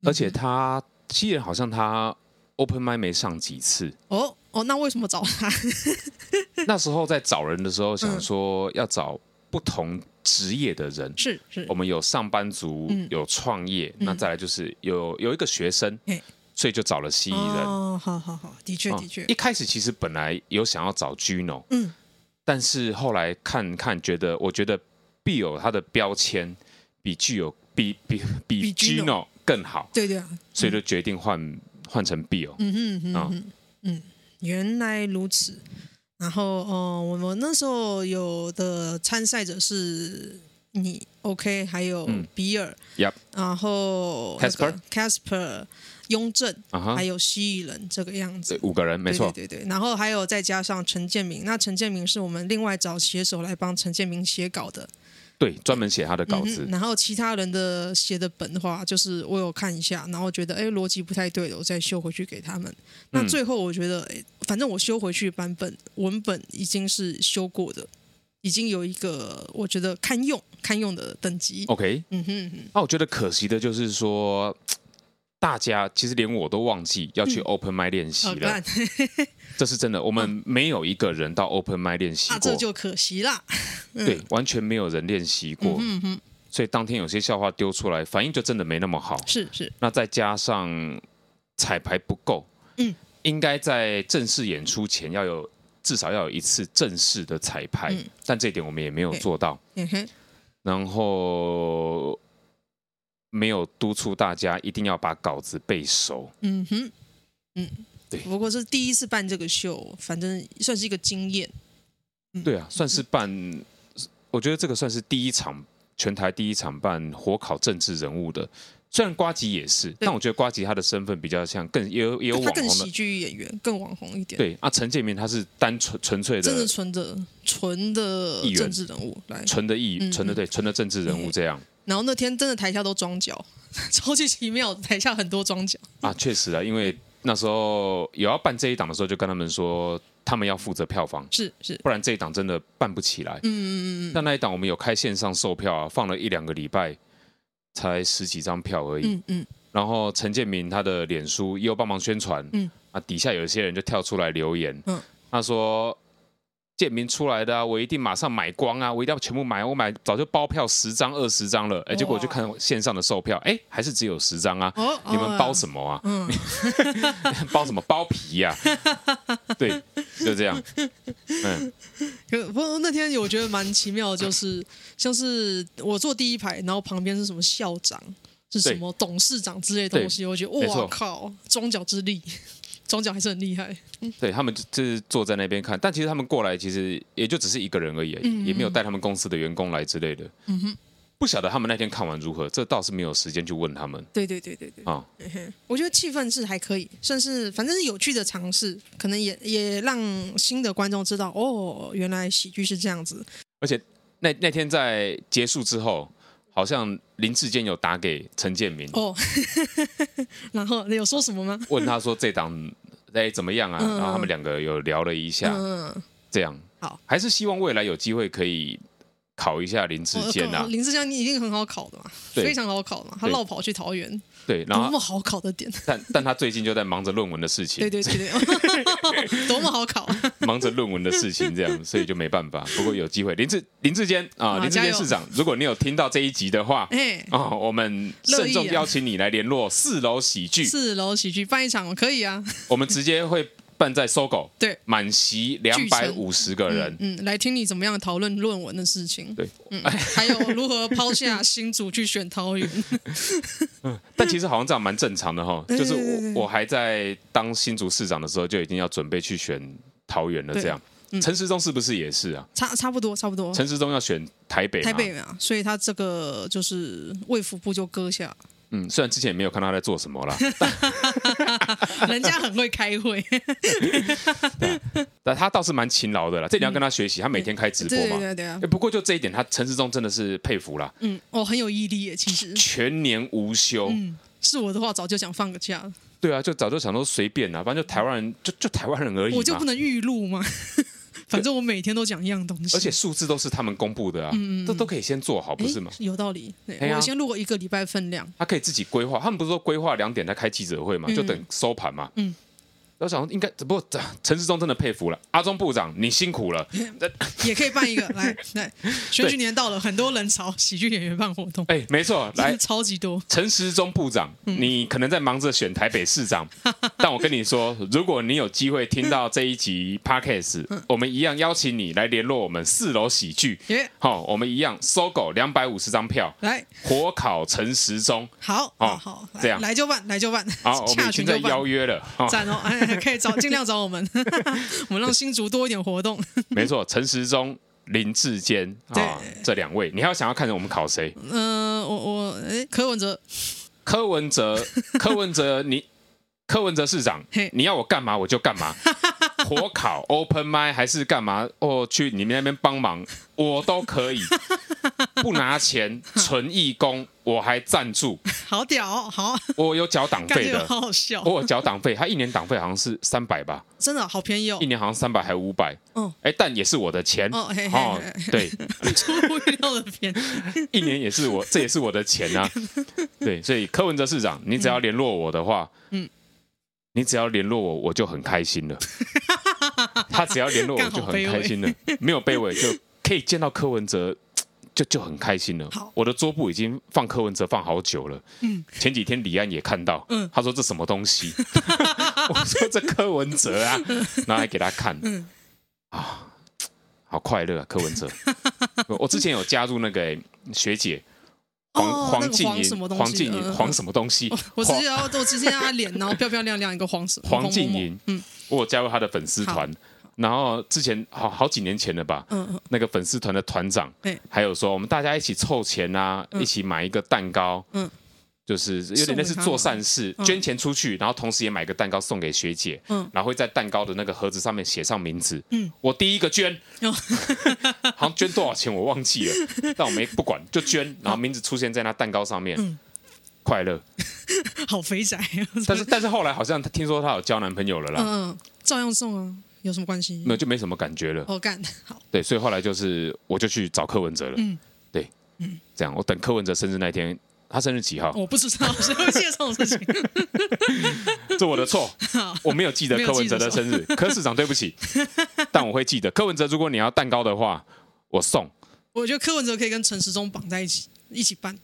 B: 而且他七人好像他 open m i 没上 几次，
A: 哦哦，那为什么找他？嗯
B: 那时候在找人的时候想说要找不同职业的人，
A: 是嗯是
B: 我，们有上班族，有创业，那再来就是有有一个学生
A: 嘿，
B: 所以就找了蜥蜴人。
A: 哦，好好好，的确
B: 哦
A: 的确
B: 一，开始其实本来有想要找 Gino，
A: 嗯，
B: 但是后来看看，觉得我觉得 Bill 他的标签比具有比比比
A: 比 Gino
B: Gino 更好，
A: 对对啊，
B: 所以就决定换换成 Bill。
A: 嗯哼嗯
B: 啊
A: 哼嗯，原来如此。然后哦，我我那时候有的参赛者是你 OK，还有
B: 嗯
A: 比尔，
B: Yep，
A: 然后那个 Casper、雍正，
B: 啊哈
A: 还，有蜥蜴人这个样子
B: 这。五个人没
A: 对
B: 错，
A: 对对对，然后还有再加上陈建明，那陈建明是我们另外找写手来帮陈建明写稿的，
B: 对，专门写他的稿
A: 嗯
B: 子
A: 哼，然后其他人的写的本的话，就是我有看一下，然后觉得哎逻辑不太对了，我再修回去给他们。
B: 嗯
A: 那最后我觉得，哎，反正我修回去的版本文本已经是修过的，已经有一个我觉得堪用堪用的等级。
B: OK，啊
A: 嗯哼嗯哼，
B: 那我觉得可惜的就是说，大家其实连我都忘记要去 Open m i 练
A: 嗯
B: 习
A: 好
B: 了，
A: 干
B: 这是真的。我们没有一个人到 Open m i 练习
A: 啊，
B: 过
A: 这，就可惜啦。嗯
B: 对，完全没有人练习过，所以当天有些笑话丢出来，反应就真的没那么好。
A: 是是，
B: 那再加上彩排不够，
A: 嗯，
B: 应该在正式演出前要有至少要有一次正式的彩排，
A: 嗯
B: 但这一点我们也没有
A: 对
B: 做到。
A: 嗯哼，
B: 然后没有督促大家一定要把稿子背熟。
A: 嗯哼，嗯
B: 对。
A: 不过是第一次办这个秀，反正算是一个经验。嗯
B: 对啊，算是办，我觉得这个算是第一场全台第一场办火烤政治人物的。虽然瓜吉也是，但我觉得瓜吉他的身份比较像，更也有也有
A: 他
B: 网
A: 更
B: 红的
A: 喜。剧演员，更网红一点。
B: 对啊，陈建明他是单纯纯粹
A: 真的
B: 的
A: 纯的纯的
B: 议员
A: 政治人物来。
B: 纯的艺
A: 嗯嗯
B: 纯的对纯的政治人物这样
A: 然后那天真的台下都装脚， 超级奇妙，台下很多装脚。
B: 啊，确实啊，因为那时候有要办这一档的时候，就跟他们说他们要负责票房，
A: 是是，
B: 不然这一档真的办不起来。
A: 嗯嗯嗯
B: 但那一档我们有开线上售票啊，放了一两个礼拜，才十几张票而已。
A: 嗯嗯
B: 然后陈建明他的脸书也有帮忙宣传，
A: 嗯
B: 啊，底下有一些人就跳出来留言，
A: 嗯
B: 他说建明出来的啊，我一定马上买光啊，我一定要全部买，我买早就包票十张二十张了，哎，结果我就看线上的售票，哎，还是只有十张啊，
A: 嗯，哦，
B: 你们包
A: 哦
B: 什么啊？
A: 嗯，
B: 包什么包皮呀、对，就这样，嗯，
A: 可不过那天我觉得蛮奇妙的， 就是像是我坐第一排，然后旁边是什么校长，是什么董事长之类的东西，我觉得
B: 没错
A: 哇靠，装脚之力， 装脚还是很厉害。
B: 对他们就就是坐在那边看，但其实他们过来其实也就只是一个人而已，
A: 嗯
B: 也没有带他们公司的员工来之类的，嗯哼，不晓得他们那天看完如何，这倒是没有时间去问他们。
A: 对对对对对，
B: 啊、
A: 我觉得气氛是还可以，算是反正是有趣的尝试，可能也也让新的观众知道哦，原来喜剧是这样子。
B: 而且那那天在结束之后，好像林志坚有打给陈建明，
A: 哦， 然后你有说什么吗？
B: 问他说这档哎怎么样啊？
A: 嗯
B: 然后他们两个有聊了一下，
A: 嗯，
B: 这样
A: 好，
B: 还是希望未来有机会可以考一下林志坚
A: 哦
B: 啊，
A: 林志坚你一定很好考的嘛，
B: 对
A: 非常好考嘛，他
B: 对
A: 绕跑去桃园，
B: 对，然
A: 多
B: 后
A: 么好考的点，
B: 但但他最近就在忙着论文的事情
A: 对， 对对对， 多么好考，
B: 忙着论文的事情，这样，所以就没办法。不过有机会，林志林志坚啊，
A: 啊
B: 林志
A: 加
B: 坚
A: 油
B: 市长，如果你有听到这一集的话，
A: 哎。
B: 啊，我们
A: 乐意啊
B: 慎重邀请你来联络四楼喜剧，
A: 四楼喜剧办一场可以啊，
B: 我们直接会办在搜狗，
A: 对，
B: 满席两百五十个人，
A: 嗯，来听你怎么样讨论论文的事情，
B: 对，
A: 嗯，还有如何抛下新竹去选桃园，
B: 但其实好像这样蛮正常的哈，
A: 嗯对
B: 就是
A: 对对对
B: 我我还在当新竹市长的时候就已经要准备去选桃园了，
A: 对嗯
B: 这样。陈时中是不是也是啊？
A: 差差不多差不多，
B: 陈时中要选台北嘛，
A: 台北嘛，所以他这个就是卫福部就搁下，
B: 嗯，虽然之前也没有看他在做什么啦，
A: 人家很会开会，
B: 但他倒是蛮勤劳的啦，这点要跟他学习，他每天开直
A: 对嗯
B: 播
A: 对
B: 嘛。
A: 对对啊
B: 欸，不过就这一点，他陈时中真的是佩服啦，
A: 嗯，哦，很有毅力耶，其实
B: 全年无休。
A: 是我的话，早就想放个假了，
B: 对啊，就早就想说随便啦，反正就台湾人，就就台湾人而已嘛。
A: 我就不能预录吗？ 反正我每天都讲一样东西，
B: 而且数字都是他们公布的啊，这都可以先做好，
A: 嗯
B: 不
A: 诶
B: 是吗？
A: 有道理，对
B: 哎呀
A: 我先录个一个礼拜分量，嗯
B: 他可以自己规划，他们不是说规划两点再开记者会嘛，就等收盘嘛。我想应该，只不过这陈世忠真的佩服了，阿中部长你辛苦 了。
A: 也可以办一 个来来。选举年到了，很多人找喜剧演员办活动，
B: 哎，没错，
A: 真
B: 来
A: 的 超级多。
B: 陈时中部长，你可能在忙着选台北市长，但我跟你说，如果你有机会听到这一集 podcast，我们一样邀请你来联络我们四楼喜剧
A: 耶。
B: 好，我们一样搜狗两百五十张票，
A: 来，
B: 火烤陈时中。
A: 好，
B: 哦
A: 好好，来
B: 这样
A: 来就办，来就办，
B: 好，我们
A: 洽
B: 已经
A: 询
B: 在
A: 就
B: 邀
A: 办。
B: 约了。哦
A: 赞哦，哎，可以找尽量找我们， 我们让新竹多一点活动。
B: 没错，陈时中、林志坚啊，这两位，你还有想要看着我们考谁？
A: 嗯、我我哎，柯文哲，
B: 柯 文哲，柯文哲，你柯文哲市长
A: 嘿，
B: 你要我干嘛我就干 嘛，火烤 open m i 还是干嘛？哦，去你们那边帮忙，我都 可以，不拿钱，纯义工，我还赞助，
A: 好屌、哦，好，
B: 我有缴党
A: 感
B: 费
A: 觉
B: 的，
A: 好好笑，
B: 我有缴党费，他一年党费好像是三百吧，
A: 真的好便宜哦
B: 一。年好像三百还五百，
A: 哦，
B: 哎，但也是我的钱
A: 哦嘿嘿
B: 哦
A: 嘿，
B: 对，
A: 出乎意料的便宜，
B: 一年也是我，这也是我的 钱啊。对，所以柯文哲市长，你只要联络我的话，
A: 嗯
B: 你只要联络我，我就很开 心了。他只要联络我
A: 干好
B: 就很开心了，没有卑微就可以见到柯文哲，就就很开心了
A: 好。嗯
B: 我的桌布已经放柯文哲放好久了。前几天李安也看到，他说这什么东 西？我说这柯文哲啊，
A: 嗯
B: 拿来给他看，啊，好快乐啊，柯文哲。我我之前有加入那个、欸学姐黄、
A: 哦那
B: 黄
A: 个
B: 静
A: 黄什
B: 莹，
A: 么东西
B: 黄
A: 嗯
B: 静
A: 嗯
B: 莹
A: 嗯
B: 黄什么东西？
A: 我我直接要我直接让他脸，然后漂漂亮亮一个黄嗯色
B: 黄静，
A: 红红
B: 莹，我有加入她的粉丝团。然后之前好好几年前了吧，
A: 嗯嗯，哎
B: 那个粉丝团的团长
A: 对，
B: 还有说我们大家一起凑钱啊，一起买一个蛋糕，
A: 嗯，
B: 就是有点类似
A: 送给他
B: 做善事，
A: 嗯
B: 捐钱出去，然后同时也买个蛋糕送给学姐，
A: 嗯，
B: 然后会在蛋糕的那个盒子上面写上名字，
A: 嗯，
B: 我第一个捐，
A: 哦
B: 好像捐多少钱我忘记了，但我没不管，就捐，然后名字出现在那蛋糕上面，
A: 嗯
B: 快乐。
A: 好肥宅，啊
B: 但是但是后来好像她听说她有交男朋友了啦，
A: 嗯嗯，照样送啊，有什么关系
B: 没？有就没什么感觉了。
A: 我干好，
B: 对，所以后来就是我就去找柯文哲了。对，这样我等柯文哲生日那一天，他生日几号？
A: 我不知道 谁会介绍这种事情。
B: 这我的错， 我没有记得柯文哲的生日。柯市长，对不起， 但我会记得柯文哲。如果你要蛋糕的话，我送
A: 我觉得柯文哲可以跟陈时中绑在一起，一起办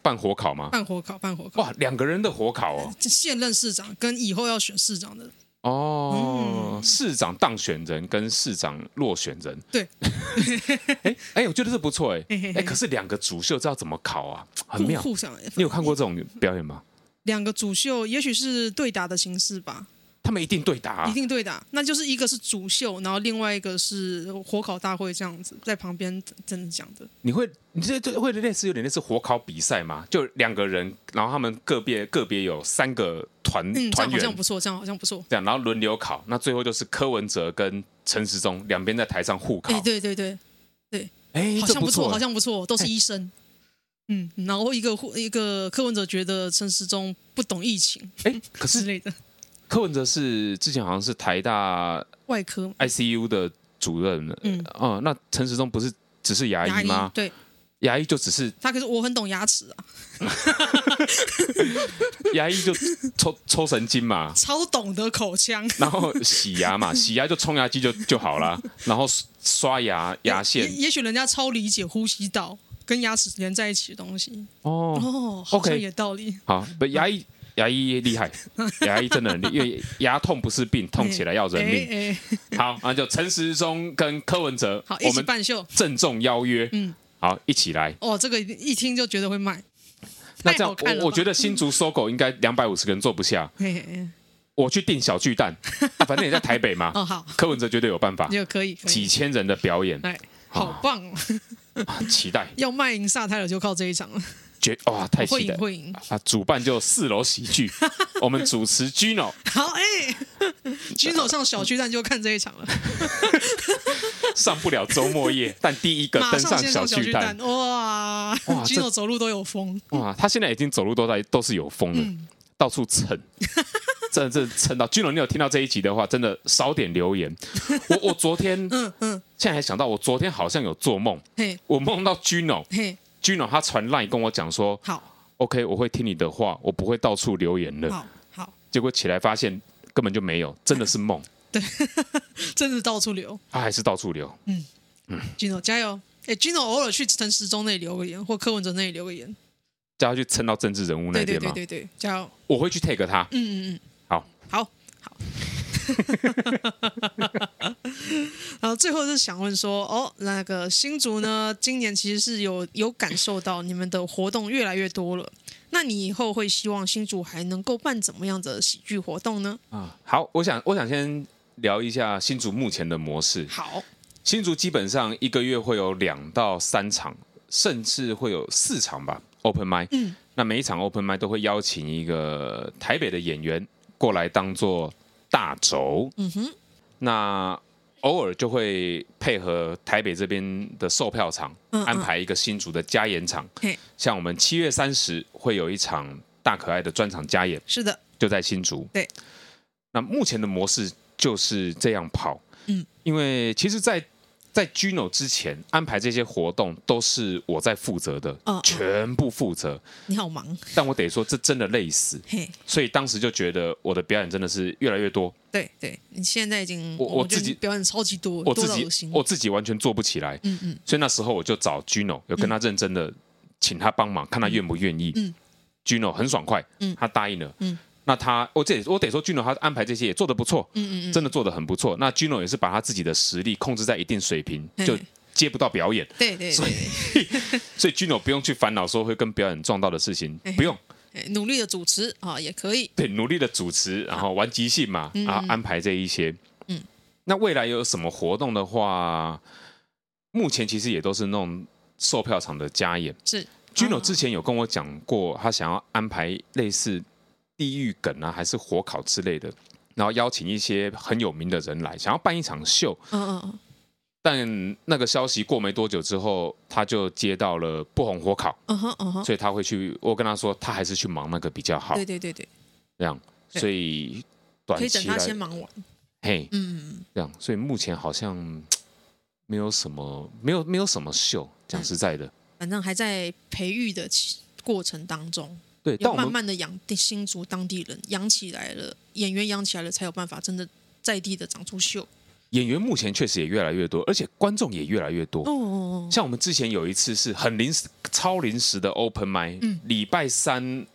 B: 办火烤吗？嗯
A: 办火烤，办火烤。
B: 哇，两个人的火烤哦！
A: 现任市长跟以后要选市长的，
B: 嗯哦，市长当选人跟市长落选人，
A: 对，
B: 哎哎，我觉得这不错哎
A: 嘿嘿嘿
B: 哎，可是两个主秀这要怎么烤啊？很
A: 互
B: 妙。
A: 互相。
B: 你有看过这种表演吗？
A: 两个主秀，也许是对打的形式吧，
B: 他们一定对答啊、
A: 一定对打。那就是一个是主秀，然后另外一个是火烤大会这样子，在旁边真的讲的。
B: 你会，你这这会类似有点类似火烤比赛吗？就两个人，然后他们个别个别有三个团
A: 嗯，这
B: 团
A: 样好
B: 员
A: 像不错，这样好像不错。
B: 这样，然后轮流烤，那最后就是柯文哲跟陈时中两边在台上互烤
A: 哎，，对对对，
B: 哎，
A: 好
B: 这
A: 像不
B: 错，
A: 好像不错，都是医生。嗯，然后一个护一个柯文哲觉得陈时中不懂疫情
B: 哎，可
A: 之
B: 是
A: 类的，
B: 柯文哲是之前好像是台大
A: 外科
B: ICU 的主任，嗯
A: 嗯，
B: 哦，那陈时中不是只是牙
A: 牙
B: 医
A: 医
B: 吗？
A: 对
B: 牙医就只是
A: 他可是我很懂牙齿啊，
B: 牙医就抽抽神经嘛，
A: 超懂得口腔。
B: 然后洗牙嘛，洗牙就冲牙机就就好啦，然后刷牙牙
A: 也
B: 线
A: 也许人家超理解呼吸道跟牙齿连在一起的东西
B: 哦。
A: 哦，好
B: OK
A: 像有道理。
B: 好，不牙医牙医 厉害，牙医真的很厉害，因为牙痛不是病，痛起来要人命。
A: 哎哎，
B: 好，那就陈时中跟柯文哲，
A: 好，一
B: 我
A: 起
B: 们
A: 办秀
B: 郑重邀约，嗯，好，一起来。
A: 哦，这个一听就觉得会卖。
B: 那这样
A: 太好看，了吧嗯
B: 我我觉得新竹搜狗应该两百五十个人坐不下，
A: 嘿嘿嘿
B: 我去订小巨蛋，啊反正也在台北嘛。
A: 哦，好，
B: 柯文哲绝对有办法，
A: 就可以可
B: 几
A: 以，
B: 千人的表演，啊
A: 哎，好棒哦！
B: 期待
A: 要卖赢萨泰尔就靠这一场了，
B: 绝哇，哦太
A: 会
B: 期待
A: 赢会赢。
B: 啊！主办就四楼 喜剧，我们主持 Gino，
A: 好， 哎，举手上小巨蛋就看这一场了，
B: 上不了周 末夜，但第一个
A: 马
B: 登
A: 上
B: 上
A: 先
B: 小
A: 上小
B: 巨
A: 巨
B: 蛋
A: 蛋，，嗯哇
B: 哇，
A: 举
B: 这
A: 手走路都有风，
B: 哇，他现在已经走路都在都是有风了，
A: 嗯
B: 到处 蹭，真的真的蹭到。君龙，你有听到这一集的话，真的少点 留言。我我昨天，嗯嗯，现在还想到，我昨天好像有做梦，
A: 嘿
B: 我梦到君龙，
A: 嘿，
B: 君龙他传赖跟我讲说
A: 好
B: ，OK，我会听你的话，我不会到处留言了。
A: 好好，
B: 结果起来发现。根本就没有，真的是梦，
A: 真的到处流。
B: 他还是到处流。
A: Gino 加油！哎，Gino 偶尔去陈时中那里留个言，或柯文哲那里留个言。
B: 叫他去蹭到政治人物那
A: 对对
B: 边
A: 对
B: 嘛，
A: 对对，加油！
B: 我会去 take 他。
A: 嗯嗯嗯，
B: 好，
A: 好，好。 然后最后是想问说，哦，那个新竹呢，今年其实是有有感受到你们的活动越来越多了。那你以后会希望新竹还能够办怎么样的喜剧活动呢？
B: 啊，好，我想我想先聊一下新竹目前的模式。
A: 好，
B: 新竹基本上一个月会有两到三场，甚至会有四场吧 open m i 嗯，那每一场 open m i 都会邀请一个台北的演员过来当做大轴。嗯哼，那偶尔就会配合台北这边的售票场，
A: 嗯嗯
B: 安排一个新竹的加演场。
A: 嘿，
B: 像我们七月三十会有一场大可爱的专场加演。
A: 是的，
B: 就在新竹。
A: 对，
B: 那目前的模式就是这样跑。
A: 嗯，
B: 因为其实在，在 Gino 之前安排这些活动都是我在负责的，
A: 嗯嗯
B: 全部负责。
A: 你好忙，
B: 但我得说，这真的累死。
A: 嘿，
B: 所以当时就觉得我的表演真的是越来越多，
A: 对对，你现在已经
B: 我我
A: 觉得
B: 自己
A: 你表演超级多，
B: 我
A: 多
B: 自
A: 到恶
B: 己
A: 心，
B: 我自己完全做不起来。
A: 嗯嗯，
B: 所以那时候我就找 Gino，有跟他认真的请他帮忙，看他愿不愿意。
A: 嗯
B: Gino 很爽快，
A: 嗯
B: 他答应了。
A: 嗯
B: 那他我这我得说，Gino 他安排这些也做得不错。
A: 嗯嗯嗯，
B: 真的做得很不错。那 Gino 也是把他自己的实力控制在一定水平，
A: 嘿
B: 就接不到表演，
A: 对对
B: 所
A: 对
B: 以所以 Gino 不用去烦恼说会跟表演撞到的事情
A: 嘿嘿，
B: 不用。
A: 对，哎嘿努力的主持啊也可以，
B: 对，努力的主持，然后玩即兴嘛，然后安排这一些。
A: 嗯，
B: 那未来有什么活动的话，目前其实也都是那种售票场的加演。
A: 是
B: Gino
A: 哦
B: 之前有跟我讲过，他想要安排类似地狱梗啊，还是火烤之类的，然后邀请一些很有名的人来，想要办一场秀。
A: 嗯嗯嗯，
B: 但那个消息过没多久之后，他就接到了不红火烤，
A: 嗯哼嗯哼，
B: 所以他会去。我跟他说，他还是去忙那个比较好，
A: 对对对对，
B: 这样。
A: 对
B: 所以短
A: 可以等
B: 期
A: 他先
B: 来，
A: 忙完，
B: 嘿，
A: 嗯。嗯
B: 这样。所以目前好像嘖没有什么，没有没有什么秀。讲实在的，
A: 反正还在培育的期过程当中，
B: 对。但
A: 要
B: 我
A: 慢
B: 们
A: 慢的养新竹当地人，养起来了，演员养起来了，才有办法真的在地的长出秀。
B: 演员目前确实也越来越多，而且观众也越来越多。
A: 哦哦哦，
B: 像我们之前有一次是很临时、超临时的 open m i
A: 嗯
B: 礼拜三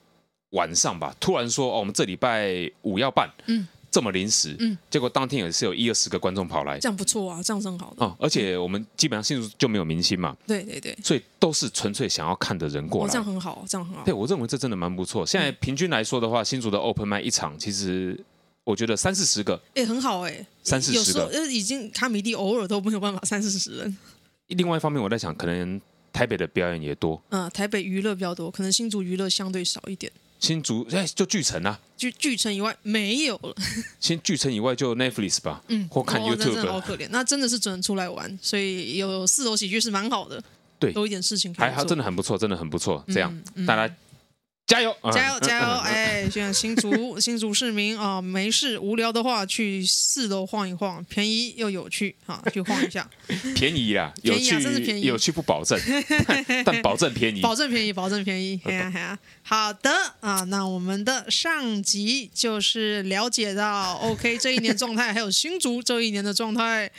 B: 晚上吧，突然说哦，我们这礼拜五要办，
A: 嗯
B: 这么临时，
A: 嗯
B: 结果当天也是有一二十个观众跑来，
A: 这样不错啊，这样是很好的。
B: 哦，而且我们基本上新竹就没有明星嘛，
A: 对对对，
B: 所以都是纯粹想要看的人过
A: 哦，这样
B: 来。
A: 很好，这样很好
B: 对，。我认为这真的蛮不错。现在
A: 嗯
B: 平均来说的话，新竹的 open m i 一场其实我觉得三四十个，
A: 哎，很好哎，
B: 三四十个
A: 有时候呃，已经卡米蒂偶尔都没有办法三四十人。
B: 另外一方面我在想，可能台北的表演也多，
A: 嗯，台北娱乐比较多，可能新竹娱乐相对少一点。
B: 新竹哎就巨城啊，
A: 剧剧城以外没有了，新
B: 新巨城以外就 Netflix 吧，嗯， 或看
A: 哦，那真
B: YouTube，、
A: 的好可怜。那真的是只能出来玩，所以有四楼喜剧是蛮好的，
B: 对
A: 有一点事情可以
B: 还好，
A: 做
B: 真的很不错，真的很不错。这样，大家加油，嗯
A: 嗯加油加油！！
B: 嗯嗯嗯
A: 哎，像新竹新竹市民啊、没事无聊的话去四楼晃一晃，便宜又有趣啊，去晃一 下，
B: 嗯便宜啦，有
A: 便宜啊
B: 去
A: 真是便宜
B: 有去不 保证，但但保证便宜。
A: 保证便宜，保证便宜。哎
B: 嗯
A: 呀哎呀，好的啊，那我们的上集就是了解到 OK 这一年状态，还有新竹这一年的状态。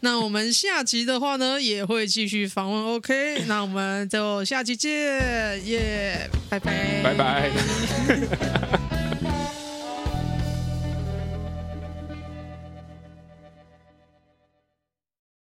A: 那我们下集的话呢，也会继续访问 OK，那我们就下集见，耶，拜拜，
B: 拜拜。